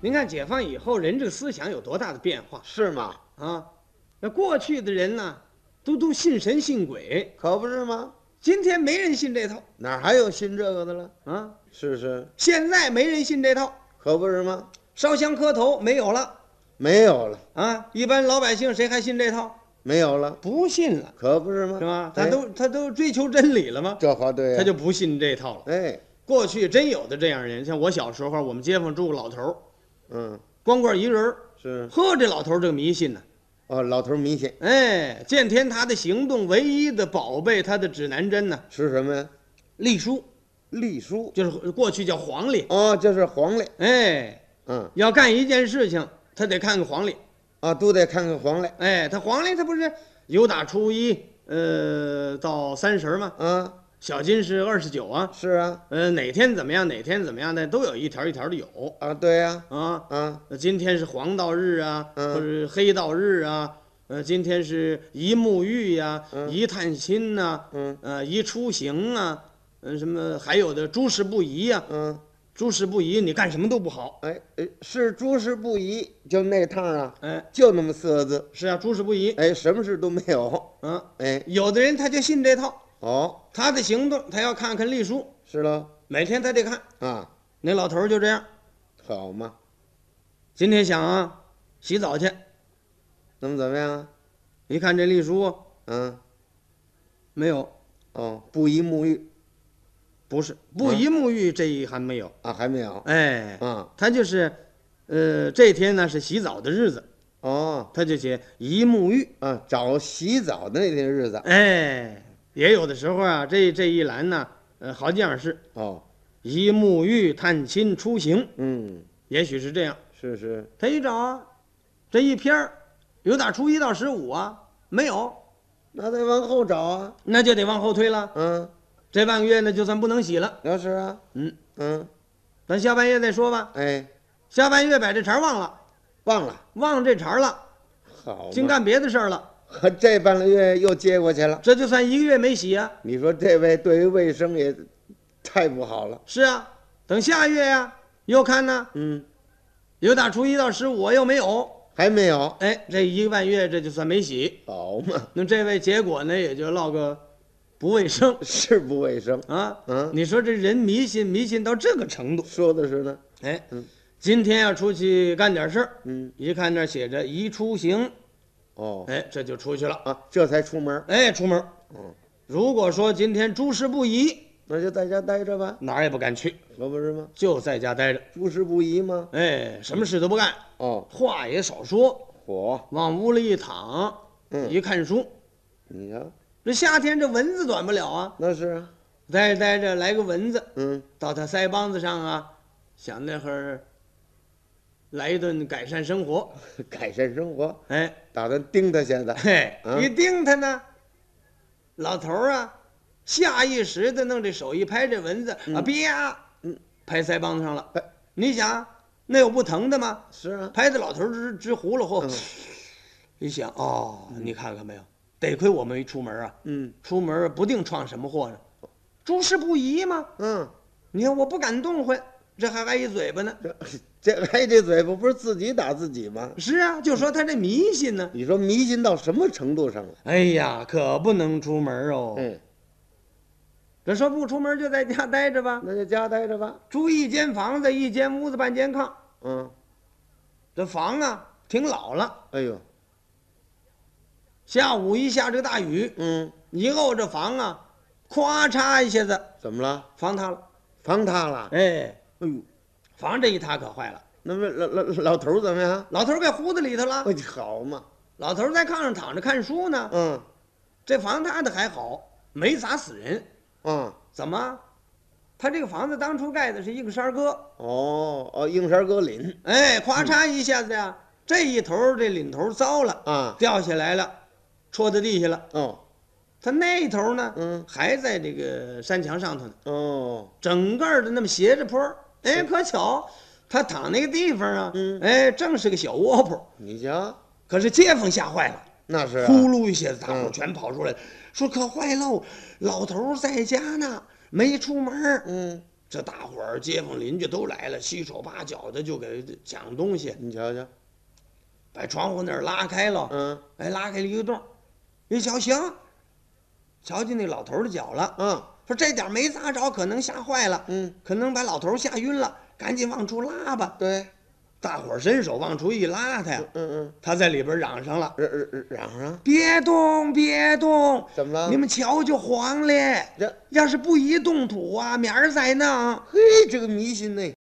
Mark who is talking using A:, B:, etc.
A: 您看解放以后，人这个思想有多大的变化
B: 是吗？
A: 啊？那过去的人呢，都都信神信鬼，
B: 可不是吗？
A: 今天没人信这套
B: 哪还有信这个的了？
A: 啊，
B: 是不是？
A: 现在没人信这套，
B: 可不是吗？
A: 烧香磕头没有了
B: 没有了，
A: 啊，一般老百姓谁还信这套？
B: 没有了，
A: 不信了，
B: 可不是吗？
A: 是吧？
B: 哎
A: 他都他都追求真理了吗？
B: 这话对呀、
A: 他就不信这套了。
B: 哎，
A: 过去真有的这样人，像我小时候，我们街坊住个老头儿，
B: 嗯，
A: 光棍一人儿。
B: 是
A: 呵，这老头儿这个迷信呢、
B: 哦，老头儿迷信
A: 哎，见天他的行动唯一的宝贝，他的指南针呢、
B: 吃什么呀？
A: 隶书，
B: 栗书
A: 就是过去叫黄历。
B: 哦，这是黄历，
A: 哎，
B: 嗯
A: 要干一件事情，他得看看黄历。
B: 啊，都得看看黄历
A: 哎，他黄历他不是由打初一，呃，到三十嘛，
B: 啊，
A: 小金是二十九啊，
B: 是啊，
A: 呃，哪天怎么样，哪天怎么样的，都有一条一条的有
B: 啊，对呀、
A: 啊。
B: 啊，
A: 呃今天是黄道日啊，
B: 嗯
A: 或者是黑道日啊，呃，今天是宜沐浴呀、
B: 嗯
A: 宜探亲呐、
B: 嗯
A: 呃，宜出行啊，呃，什么还有的诸事不宜呀、
B: 嗯，
A: 诸事不宜，你干什么都不好。
B: 哎，哎是诸事不宜，就那趟啊，
A: 哎，
B: 就那么四个字，
A: 是啊，诸事不宜。
B: 哎，什么事都没有，
A: 嗯、
B: 哎，
A: 有的人他就信这套，
B: 哦，
A: 他的行动他要看看历书，
B: 是喽，
A: 每天他得看。
B: 啊，
A: 那老头儿就这样，
B: 好嘛，
A: 今天想啊，洗澡去，
B: 那么怎么样啊？
A: 一看这历书
B: 嗯，
A: 没有，
B: 哦，不宜沐浴
A: 不是不宜沐浴这一行没有。
B: 啊，还没有，
A: 哎，
B: 啊，
A: 他就是，呃，这天呢是洗澡的日子，
B: 哦，
A: 他就写宜沐浴。
B: 啊，找洗澡的那天日子，
A: 哎，也有的时候啊，这这一栏呢，呃，好几样是
B: 哦，
A: 一沐浴、探亲、出行，
B: 嗯，
A: 也许是这样。
B: 是是，
A: 他一找啊，这一篇儿有打初一到十五啊，没有，
B: 那再往后找啊，
A: 那就得往后推了。
B: 嗯，
A: 这半个月呢，就算不能洗了，
B: 要是啊，
A: 嗯
B: 嗯，
A: 咱下半月再说吧。
B: 哎，
A: 下半月把这茬儿忘了，
B: 忘了，
A: 忘了这茬儿了，
B: 好嘛，
A: 净干别的事儿了，
B: 呵这半个月又接过去了，
A: 这就算一个月没洗啊。
B: 你说这位对于卫生也太不好了，
A: 是啊，等下月呀、又看呢，
B: 嗯，
A: 有打初一到十五啊又没有，
B: 还没有。
A: 哎，这一个半月这就算没洗。
B: 好嘛，
A: 那这位结果呢，也就落个不卫生
B: 是不卫生。
A: 啊。
B: 嗯，
A: 你说这人迷信，迷信到这个程度，
B: 说的是呢。
A: 哎
B: 嗯，
A: 今天要出去干点事儿，
B: 嗯，
A: 一看那儿写着宜出行，
B: 哦，
A: 哎，这就出去了，
B: 啊，这才出门，
A: 哎，出门
B: 嗯。
A: 如果说今天诸事不宜，
B: 那就在家待着吧，
A: 哪儿也不敢去，
B: 可不是吗？
A: 就在家待着，
B: 诸事不宜吗？
A: 哎，什么事都不干，
B: 哦，
A: 话也少说，
B: 火，
A: 往屋里一躺，
B: 嗯
A: 一看书。
B: 你瞧，
A: 这夏天这蚊子短不了啊，
B: 那是啊，
A: 待着待着来个蚊子，
B: 嗯，
A: 到他腮帮子上啊，想那会儿来一顿改善生活，
B: 改善生活，
A: 哎
B: 打算盯他现 在。
A: 嘿，
B: 嗯
A: 一盯他呢，老头儿啊，下意识的弄这手一拍这蚊子啊，啪，
B: 嗯
A: 拍腮帮子上了
B: 哎。
A: 你想那有不疼的吗？
B: 是啊，
A: 拍的老头儿直直糊了后，
B: 嗯
A: 一想哦，你看看没有，得亏我没出门啊，
B: 嗯
A: 出门不定闯什么祸呢，诸事不宜嘛。
B: 嗯，
A: 你看我不敢动换，这还挨一嘴巴呢。
B: 这这哎，这嘴巴不是自己打自己吗？
A: 是啊，就说他这迷信呢。
B: 你说迷信到什么程度上了？
A: 哎呀，可不能出门哦。
B: 嗯，
A: 这说不出门就在家待着吧，
B: 那就家待着吧。
A: 住一间房子，一间屋子半间炕。
B: 嗯，
A: 这房啊挺老了，
B: 哎呦，
A: 下午一下这个大雨，
B: 嗯，
A: 以后这房啊，咵嚓一下子
B: 怎么了？
A: 房塌了。
B: 房塌了？
A: 哎，
B: 哎呦，
A: 房这一塌可坏了，
B: 那么老老老头儿怎么样？
A: 老头儿给糊在里头了。
B: 哎，好嘛，
A: 老头儿在炕上躺着看书呢。
B: 嗯
A: 这房塌的还好，没砸死人。
B: 嗯，
A: 怎么？他这个房子当初盖的是硬山哥，
B: 哦哦，硬山哥林
A: 哎，咵嚓一下子呀，这一头儿这领头儿糟了，
B: 啊，
A: 掉下来了，戳到地下了。
B: 哦
A: 他那头儿呢，
B: 嗯
A: 还在这个山墙上头呢，
B: 哦，
A: 整个儿的那么斜着坡儿。哎，可巧，他躺那个地方啊，
B: 嗯
A: 哎，正是个小窝铺。
B: 你瞧，
A: 可是街坊吓坏了，
B: 那是啊
A: 呼噜一下子，大伙儿
B: 嗯
A: 全跑出来了，说可坏喽，老头儿在家呢，没出门儿。
B: 嗯，
A: 这大伙儿街坊邻居都来了，七手八脚的就给抢东西，
B: 你瞧瞧，
A: 把窗户那儿拉开了，
B: 嗯
A: 哎，拉开了一个洞儿，一瞧行，瞧见那老头儿的脚了，
B: 嗯
A: 说这点儿没砸着，可能吓坏了，
B: 嗯，
A: 可能把老头儿吓晕了，赶紧往出拉吧。
B: 对，
A: 大伙儿伸手往出一拉他呀
B: 嗯，嗯
A: 他在里边嚷上了
B: 嗯，嚷嚷嚷嚷，：“
A: 别动，别动，
B: 怎么了？
A: 你们瞧就黄了。
B: 这
A: 要是不移动土啊，明儿再弄。”
B: 嘿，这个迷信呢。